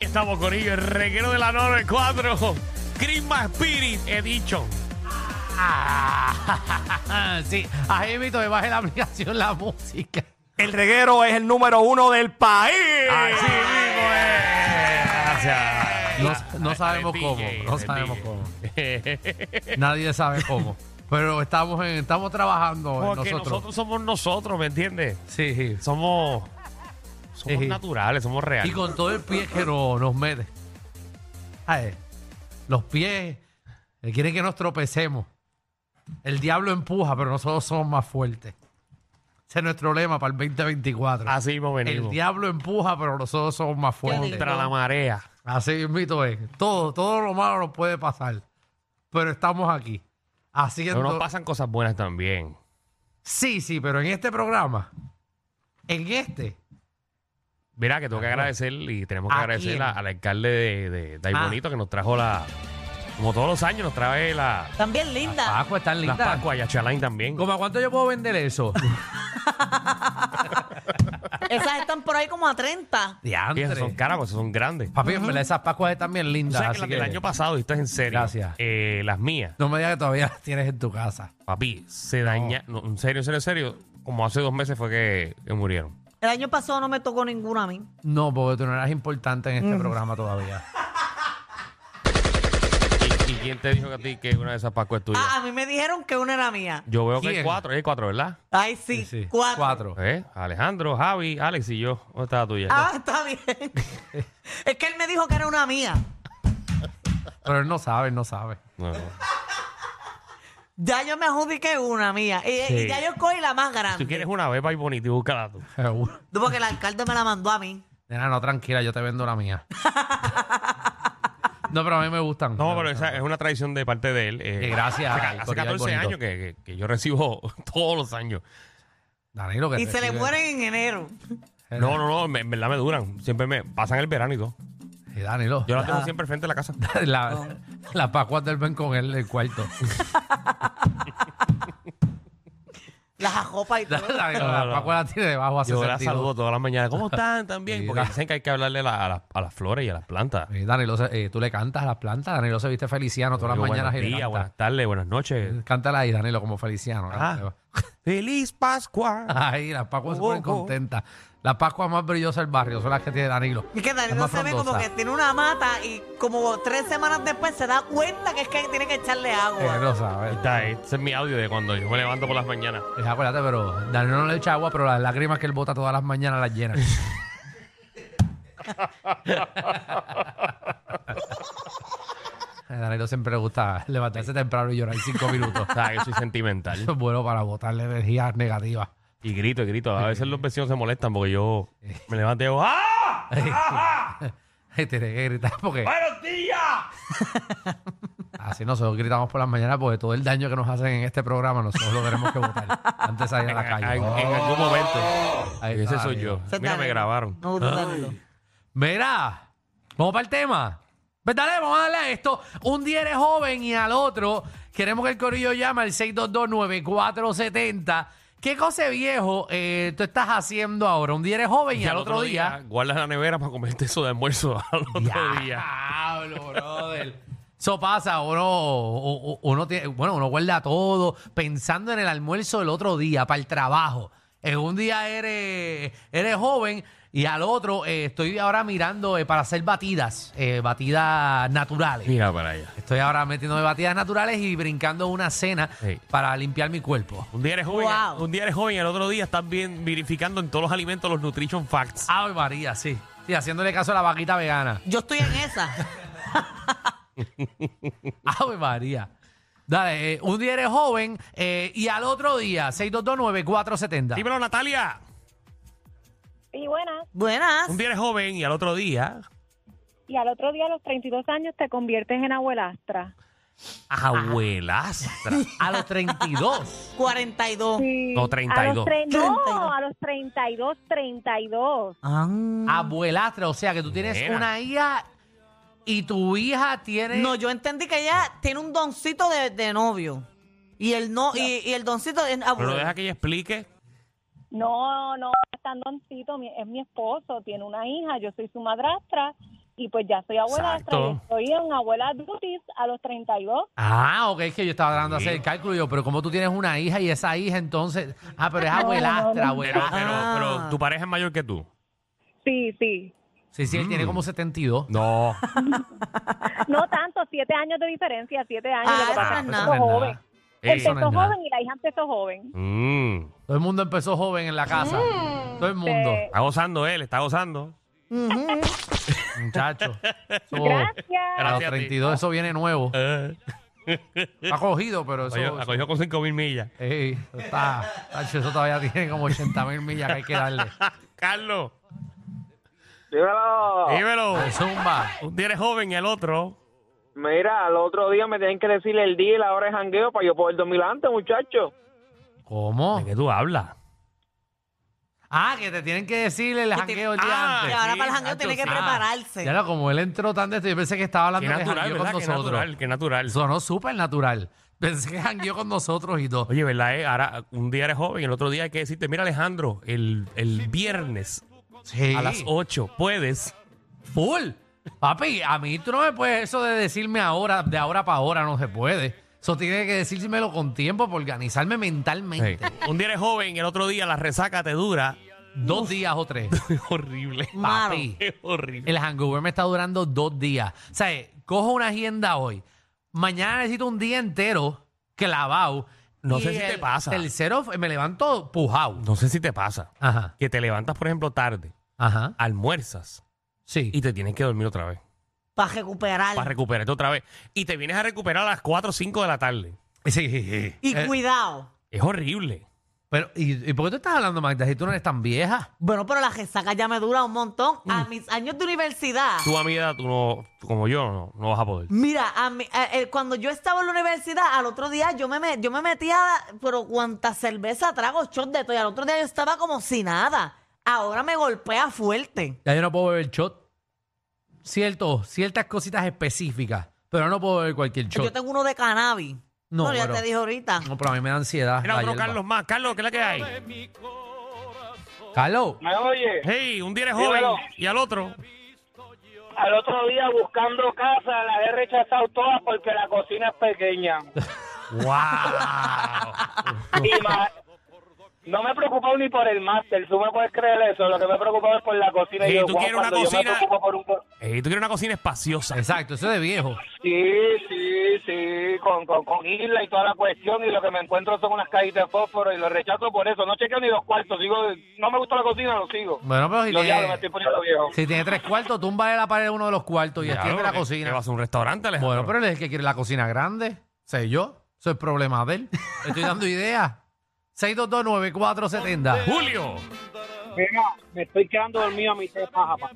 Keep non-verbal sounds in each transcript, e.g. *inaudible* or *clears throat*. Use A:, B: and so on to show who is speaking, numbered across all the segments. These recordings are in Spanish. A: estamos, Corillo. El reguero de la 94. Christmas Spirit Edition.
B: Ah, *laughs* sí, ahí invito me baje la aplicación la música.
C: El reguero es el número uno del país.
A: Así mismo es. Gracias.
B: No, no sabemos cómo, no sabemos cómo. Nadie sabe cómo. Pero estamos en, estamos trabajando en
A: Porque
B: Pues nosotros.
A: nosotros. somos nosotros, ¿me entiendes?
B: Sí, sí.
A: Somos, somos
B: Ejí.
A: naturales, somos
B: Y
A: reales.
B: con todo el pie que no- nos mete. Ay, los pies eh, quieren que nos tropecemos. El diablo empuja, pero nosotros somos más fuertes. Ese es nuestro lema para el 2024.
A: Así mismo
B: el
A: venimos.
B: diablo empuja, pero nosotros somos más fuertes.
A: Contra la marea.
B: Así mismo es. Todo, todo lo malo nos puede pasar. Pero estamos aquí. Haciendo.
A: Pero nos pasan cosas buenas también.
B: Sí, sí, pero en este programa. En este.
A: Mira, que tengo que agradecer y tenemos que
B: ¿A
A: agradecer
B: quién?
A: a- al alcalde de, de, de Ay
B: Ah.
A: Bonito que nos trajo la. Como todos los años nos trae la.
D: Están bien lindas.
B: Paco está
A: Las
B: linda.
A: Pascuas y a Chalain también.
B: ¿Cómo a cuánto yo puedo
A: *laughs*
B: vender eso?
D: Esas están por ahí como a 30.
A: Y esas son
B: Diantre.
A: caras, pues, son grandes.
B: Papi, en verdad, esas Pascuas están bien
A: O
B: lindas.
A: sea, que
B: así
A: las del
B: que
A: año pasado, y esto es en serio.
B: Gracias.
A: eh, las mías,
B: no me digas que todavía las tienes en tu casa.
A: papi, se daña. no, en serio, en serio, en serio. Como hace dos meses fue que, que murieron.
D: El año pasado no me tocó ninguna a mí.
B: No, porque tú no eras importante en este programa todavía.
A: ¿Y, y quién te dijo que a ti que una de esas Pascuas es tuya?
D: Ah, a mí me dijeron que una era mía.
A: Yo veo que hay
B: ¿quién?
A: cuatro, hay cuatro, ¿verdad?
D: Ay, sí,
B: Sí, sí.
D: Cuatro.
A: ¿Eh? Alejandro, Javi, Alex y yo. ¿Dónde está la tuya?
D: Ah, está bien. es que él me dijo que era una mía.
B: Pero él no sabe, él no sabe. *laughs*
A: No, no.
D: Ya yo me adjudiqué una mía. Y, y
A: Sí.
D: ya yo cogí la más
A: Si tú
D: grande.
A: quieres una beba y bonita y búscala tú.
B: Seguro.
D: Porque el alcalde me la mandó a mí.
B: Nena, no, tranquila, yo te vendo la mía. no, pero a mí me gustan.
A: No,
B: Me
A: pero
B: gustan.
A: esa es una tradición de parte de él. eh,
B: Que gracias
A: hace ca-
B: al
A: Hace,
B: Corillo
A: 14
B: Bonito.
A: años que, que- que yo recibo *laughs* todos los años.
B: Danilo, que
D: Y se le
B: recibe-
D: mueren en enero.
A: No, no, no, me- en verdad me duran. Siempre me pasan el verano y todo.
B: Y Danilo.
A: Yo las tengo siempre frente a la casa.
B: *laughs* La, las Pascuas del ven con él en el cuarto.
D: Las ajopas y todo.
A: *laughs*
B: Danilo,
A: No,
B: las
A: no.
B: Pascuas las tiene debajo hace
A: Yo las
B: sentido.
A: saludo todas las mañanas. ¿Cómo están? También.
B: Sí,
A: Porque
B: la-
A: dicen que hay que hablarle la- a, las- a las flores y a las plantas.
B: Eh, Danilo, se- eh, tú le cantas a las plantas. Danilo se viste feliciano todas
A: Digo,
B: las mañanas.
A: Buenos
B: y le
A: días,
B: canta.
A: buenas tardes, buenas noches.
B: Cántala ahí, Danilo, como Feliciano.
A: Ah.
B: Cántala. *laughs*
A: ¡Feliz Pascua!
B: Ahí, las Pascuas
D: Uh,
B: se
A: Oh,
B: ponen
A: oh.
B: contentas. Las Pascuas más brillosas del barrio son las que tiene Danilo.
D: Y que Danilo
B: más
D: se ve como
B: frondosa.
D: que tiene una mata y como tres semanas después se da cuenta que es que tiene que echarle
B: Eh,
D: agua.
B: no sabes.
A: Está, este es mi audio de cuando yo me levanto por las mañanas.
B: Eh, acuérdate, pero Danilo no le echa agua, pero las lágrimas que él bota todas las mañanas las llena. A Danilo siempre le gusta levantarse temprano y llorar cinco minutos.
A: O sea, yo soy
B: *laughs*
A: sentimental.
B: Eso es bueno para botarle energías negativas.
A: Y grito, y grito. A veces los vecinos se molestan porque yo me levanto y digo ¡Ah!
B: Tiene que gritar porque
A: ¡Buenos días!
B: así nosotros gritamos por las mañanas porque todo el daño que nos hacen en este programa nosotros lo tenemos que botar antes de salir a la
A: Ah, En,
B: calle. Oh.
A: en algún momento.
B: Ahí
A: Ese
B: está,
A: soy
B: Danilo.
A: yo. Mira, me grabaron.
D: No, tú, Danilo.
B: Mira, vamos para el tema. Pues dale, vamos a darle a esto. Un día eres joven y al otro queremos que el corillo llame al 6229470. ¿Qué cosa viejo eh, tú estás haciendo ahora? Un día eres joven y, al otro, día...
A: guardas la nevera para comerte eso de almuerzo *laughs* al
B: *laughs*
A: otro día.
B: Diablo, brother. Eso pasa, uno, u- u- uno tiene- bueno, uno guarda todo pensando en el almuerzo del otro día, para el trabajo. En un día eres, eres joven y al otro eh, estoy ahora mirando eh, para hacer batidas, eh, batidas naturales.
A: Mira para allá.
B: Estoy ahora metiéndome batidas naturales y brincando una cena
A: Sí.
B: para limpiar mi cuerpo.
A: Un día eres joven,
D: Wow.
A: un día eres joven y al otro día estás bien verificando en todos los alimentos los nutrition facts.
B: Ave María, sí. Sí, haciéndole caso a la vaquita vegana.
D: Yo estoy en esa.
B: *laughs* Ave María. Dale, eh, un día eres joven eh, y al otro día, 6229470.
A: Dímelo, Natalia.
E: Y buenas.
D: Buenas.
A: Un día eres joven y al otro día.
E: Y al otro día, a los 32 años, te conviertes en abuelastra.
A: Abuelastra.
B: A los
D: *laughs*
B: 32.
D: 42.
E: Sí.
A: No, 32.
E: A los tre-
D: 32.
E: no, a los 32, 32.
D: Ah,
B: Abuelastra, o sea que tú tienes
A: Nena.
B: una hija y tu hija tiene...
D: No, yo entendí que ella tiene un doncito de, de novio. Y el no, y, y el doncito es ah,
A: Pero
D: abuelo.
A: deja que ella explique.
E: No, no, es tan doncito, mi- es mi esposo, tiene una hija, yo soy su madrastra. y pues ya soy abuela
A: Exacto.
E: extra, soy una abuela duties a los 32.
B: Ah, ok, es que yo estaba tratando de
A: Sí.
B: hacer el cálculo yo, pero como tú tienes una hija y esa hija entonces... Ah, pero
D: *laughs*
B: es abuelastra,
A: Pero,
B: abuelastra.
A: pero,
D: Ah.
A: pero tu pareja es mayor que tú.
E: Sí, sí.
B: Sí, sí, él
D: mm.
B: tiene como 72.
A: No.
E: No tanto, siete años de diferencia, siete años.
D: Ah,
E: lo que pasa
D: eso
E: es
D: no
E: que
D: es
E: empezó
B: nada.
E: joven.
A: Ey.
E: empezó
B: Eso no es nada.
E: joven y la hija empezó joven.
A: *laughs* Mm.
B: Todo el mundo empezó joven en la casa.
D: Mm.
B: Todo el mundo,
E: Sí.
A: Está gozando él, está gozando.
D: Ujú.
B: muchacho. Eso-
E: Gracias.
B: a los
A: Gracias a ti.
B: 32 eso viene nuevo.
A: Eh.
B: Está cogido, pero eso...
A: Cogió- la cogió con 5 mil millas.
B: Ey, eso está, tacho, eso todavía tiene como 80 mil millas que hay que darle.
A: *laughs* Carlos,
F: Dímelo.
A: dímelo.
B: Ah. Pues Zumba.
A: Un día eres joven y el otro.
F: Mira, al otro día me tienen que decir el día y la hora de jangueo para yo poder dormir antes, muchacho.
B: ¿Cómo?
A: ¿De qué tú hablas?
B: Ah, que te tienen que decir el jangueo el día
A: Ah,
B: antes. Ah,
D: Y ahora
A: sí,
D: para el jangueo
A: Nacho,
D: tiene que
A: sí.
D: prepararse.
B: Ya lo, como él entró tan de esto, yo pensé que estaba
A: Qué
B: hablando de
A: natural,
B: jangueo con
A: ¿verdad? Qué natural,
B: nosotros.
A: qué natural.
B: Sonó súper natural. Pensé que jangueó con nosotros y todo.
A: Oye, ¿verdad? eh? Ahora, un día eres joven y el otro día hay que decirte, mira Alejandro, el, el viernes
B: Sí.
A: a las 8 puedes.
B: Full. Papi, a mí tú no me puedes eso de decirme ahora, de ahora para ahora, no se puede. Eso tiene que decírmelo con tiempo para organizarme mentalmente.
A: Un día eres joven y el otro día la resaca te dura. *laughs*
B: Dos días o tres.
A: Es horrible.
D: Malo.
B: Papi.
A: Es horrible.
B: El hangover me está durando dos días. O sea, eh, cojo una agenda hoy. Mañana necesito un día entero clavado.
A: No
B: Y
A: sé si te
B: el
A: pasa.
B: Tercero, f- me levanto pujado.
A: No sé si te pasa
B: Ajá,
A: que te levantas, por ejemplo, tarde,
B: ajá.
A: almuerzas
B: Sí.
A: y te tienes que dormir otra vez
D: Para recuperar.
A: para recuperarte otra vez. Y te vienes a recuperar a las 4 o 5 de la tarde. *laughs*
B: sí.
D: y
B: Eh,
D: cuidado.
A: Es horrible.
B: pero, ¿y, y por qué tú estás hablando, Magda, si tú no eres tan vieja?
D: Bueno, pero la resaca ya me dura un montón. A mis años de universidad.
A: Tú a mi edad, tú no, tú como yo, no, no vas a poder.
D: Mira, a mí- a- eh, cuando yo estaba en la universidad, al otro día yo me, me- yo me metía, pero cuánta cerveza trago, shot de todo. Y al otro día yo estaba como si nada. Ahora me golpea fuerte.
B: Ya yo no puedo beber shot. Cierto, ciertas cositas específicas, pero no puedo beber cualquier shot.
D: Yo tengo uno de cannabis.
B: No,
D: ya
B: pero-
D: te dije ahorita.
B: No, pero a mí me da ansiedad.
A: Mira
B: la
A: otro
B: hierba.
A: Carlos más. Carlos, ¿qué es la que hay?
B: Carlos.
F: ¿Me oye?
A: Hey, un día eres joven
F: Dímelo.
A: y al otro.
F: Al otro día buscando casa, la he rechazado todas porque la cocina es pequeña.
A: *laughs* ¡Wow!
F: Y ma- no me he preocupado ni por el máster, tú me puedes creer eso. Lo que me he preocupado es por la cocina.
A: Sí,
F: yo,
A: tú
F: guau,
A: quieres una
F: cuando yo me
A: cocina-
F: preocupo por un co-
A: Ey, tú quieres una cocina espaciosa.
B: Exacto, eso es de viejo.
F: Sí, sí, sí, con, con, con isla y toda la cuestión. Y lo que me encuentro son unas cajitas de fósforo y lo rechazo por eso. No chequeo ni los cuartos, sigo. No me gusta la cocina, lo sigo.
B: Bueno, pero si
F: Lo diablo, me
B: tiene,
F: estoy poniendo viejo.
B: si tiene tres cuartos, tumba la pared de uno de los cuartos y
A: Claro,
B: extiende la
A: que- que
B: cocina.
A: vas a un restaurante, Alejandro.
B: Bueno, pero él es el que quiere la cocina grande. Sé yo. Eso es problema de él. Le Estoy dando ideas. 6229470.
A: Julio.
F: Mira, me estoy quedando dormido a mi té paja, pa.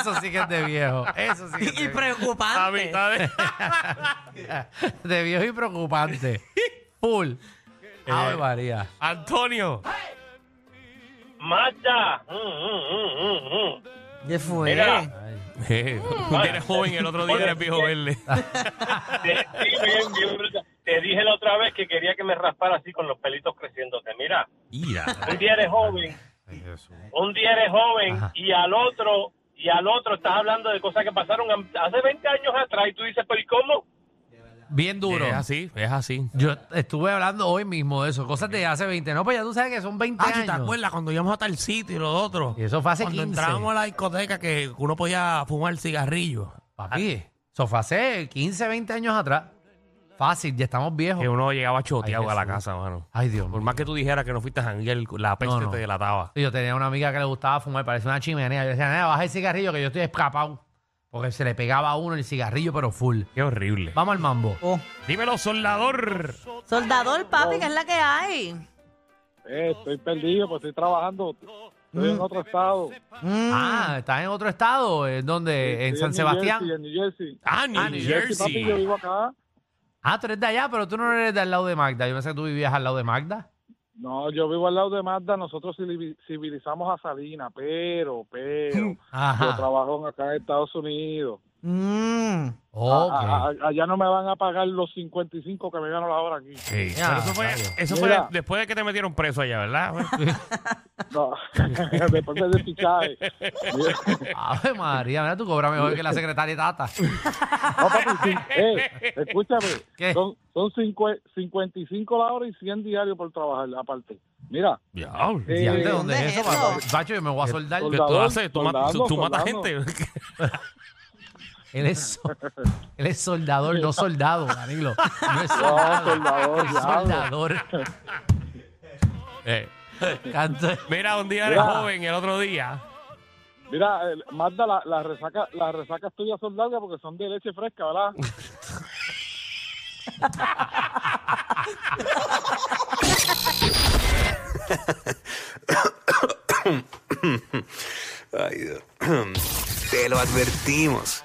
B: Eso sí que es de viejo. Eso sí que es
D: *laughs* Y
B: de viejo.
A: A
D: preocupante.
A: mitad *laughs* de...
B: De viejo y preocupante. Full. Ave
A: Eh.
B: María.
A: Antonio.
F: ¡Marta! Mm, mm, mm, mm, mm.
D: ¿Qué fue?
F: Mira.
A: Eh, un día eres joven y el otro día eres viejo verde.
F: Te, sí, bien, bien brutal. Te dije la otra vez que quería que me raspara así con los pelitos creciéndote. Mira,
A: *laughs*
F: un día eres joven, un día eres joven
B: Ajá.
F: y al otro, y al otro estás hablando de cosas que pasaron am- hace 20 años atrás y tú dices, pero ¿y cómo?
B: Bien duro.
A: Es así, es así.
B: Yo estuve hablando hoy mismo de eso. Cosas de hace 20. No, pues ya tú sabes que son 20
A: Ah, ¿tú ¿te
B: años.
A: acuerdas cuando íbamos a tal sitio y los otros?
B: Y eso fue hace
A: Cuando
B: 15.
A: entrábamos a la discoteca que uno podía fumar cigarrillo.
B: Papi, eso fue hace 15, 20 años atrás. Fácil, ya estamos viejos.
A: Que uno llegaba choteado
B: Ay,
A: a la
B: Jesús.
A: casa, mano.
B: Ay, Dios
A: Por
B: mío.
A: más que tú dijeras que no fuiste a janguear, la peste
B: No, no.
A: te delataba.
B: Yo tenía una amiga que le gustaba fumar, parecía una chimenea. Yo decía, nena, baja el cigarrillo que yo estoy escapado. Porque se le pegaba a uno el cigarrillo, pero full.
A: Qué horrible.
B: Vamos al mambo.
D: Oh.
A: Dímelo, soldador.
D: Soldador, papi, que es la que hay.
G: Eh, estoy perdido, pues estoy trabajando. Estoy en otro estado.
D: Mm.
B: Ah, ¿estás en otro estado? ¿En dónde? ¿En
G: Estoy
B: San
G: New
B: Sebastián?
G: Jersey, en New Jersey.
A: Ah, New,
B: New
G: Jersey, papi, yo
A: Jersey.
G: vivo acá.
B: Ah, tú eres de allá, pero tú no eres del lado de Magda. Yo pensé que tú vivías al lado de Magda.
G: No, yo vivo al lado de Mazda. Nosotros civili- civilizamos a Salina, pero, pero. Yo
B: *laughs* Ajá.
G: trabajo en acá en Estados Unidos.
D: Mm.
B: Ok.
A: Ah,
F: A- a- allá no me van a pagar los 55 que me gano la hora aquí.
A: Sí.
B: Ya,
A: Pero eso fue,
B: rayos.
A: eso fue
F: Mira.
A: de- después de que te metieron preso allá, ¿verdad?
F: No, *laughs* después de fichaje. *laughs*
B: Ave María, mira, tú cobras mejor que la secretaria Tata.
F: No, papi, sí. Eh, escúchame,
B: ¿Qué?
F: son, son cincu- 55 la hora y 100 diarios por trabajar, aparte. Mira,
A: Diablo.
F: eh,
B: ¿De dónde es eso?
D: ¿Dónde es
B: papá? Bacho, yo me voy a soldar.
A: ¿Qué tú
F: soldado,
A: haces? Tú, matas-
F: soldado,
A: tú matas
F: soldado.
A: gente. *laughs*
B: Él es, so- él es soldador, no soldado, Danilo. No es soldado.
F: soldador,
B: es
F: diablo.
B: soldador.
A: Eh,
B: Canto-
A: Mira, un día eres
F: Mira.
A: joven, el otro día.
F: mira, eh, Magda, la- las resacas la resaca tuyas son largas porque son de leche fresca, ¿verdad?
H: Ay, Dios. *clears throat* Te lo advertimos.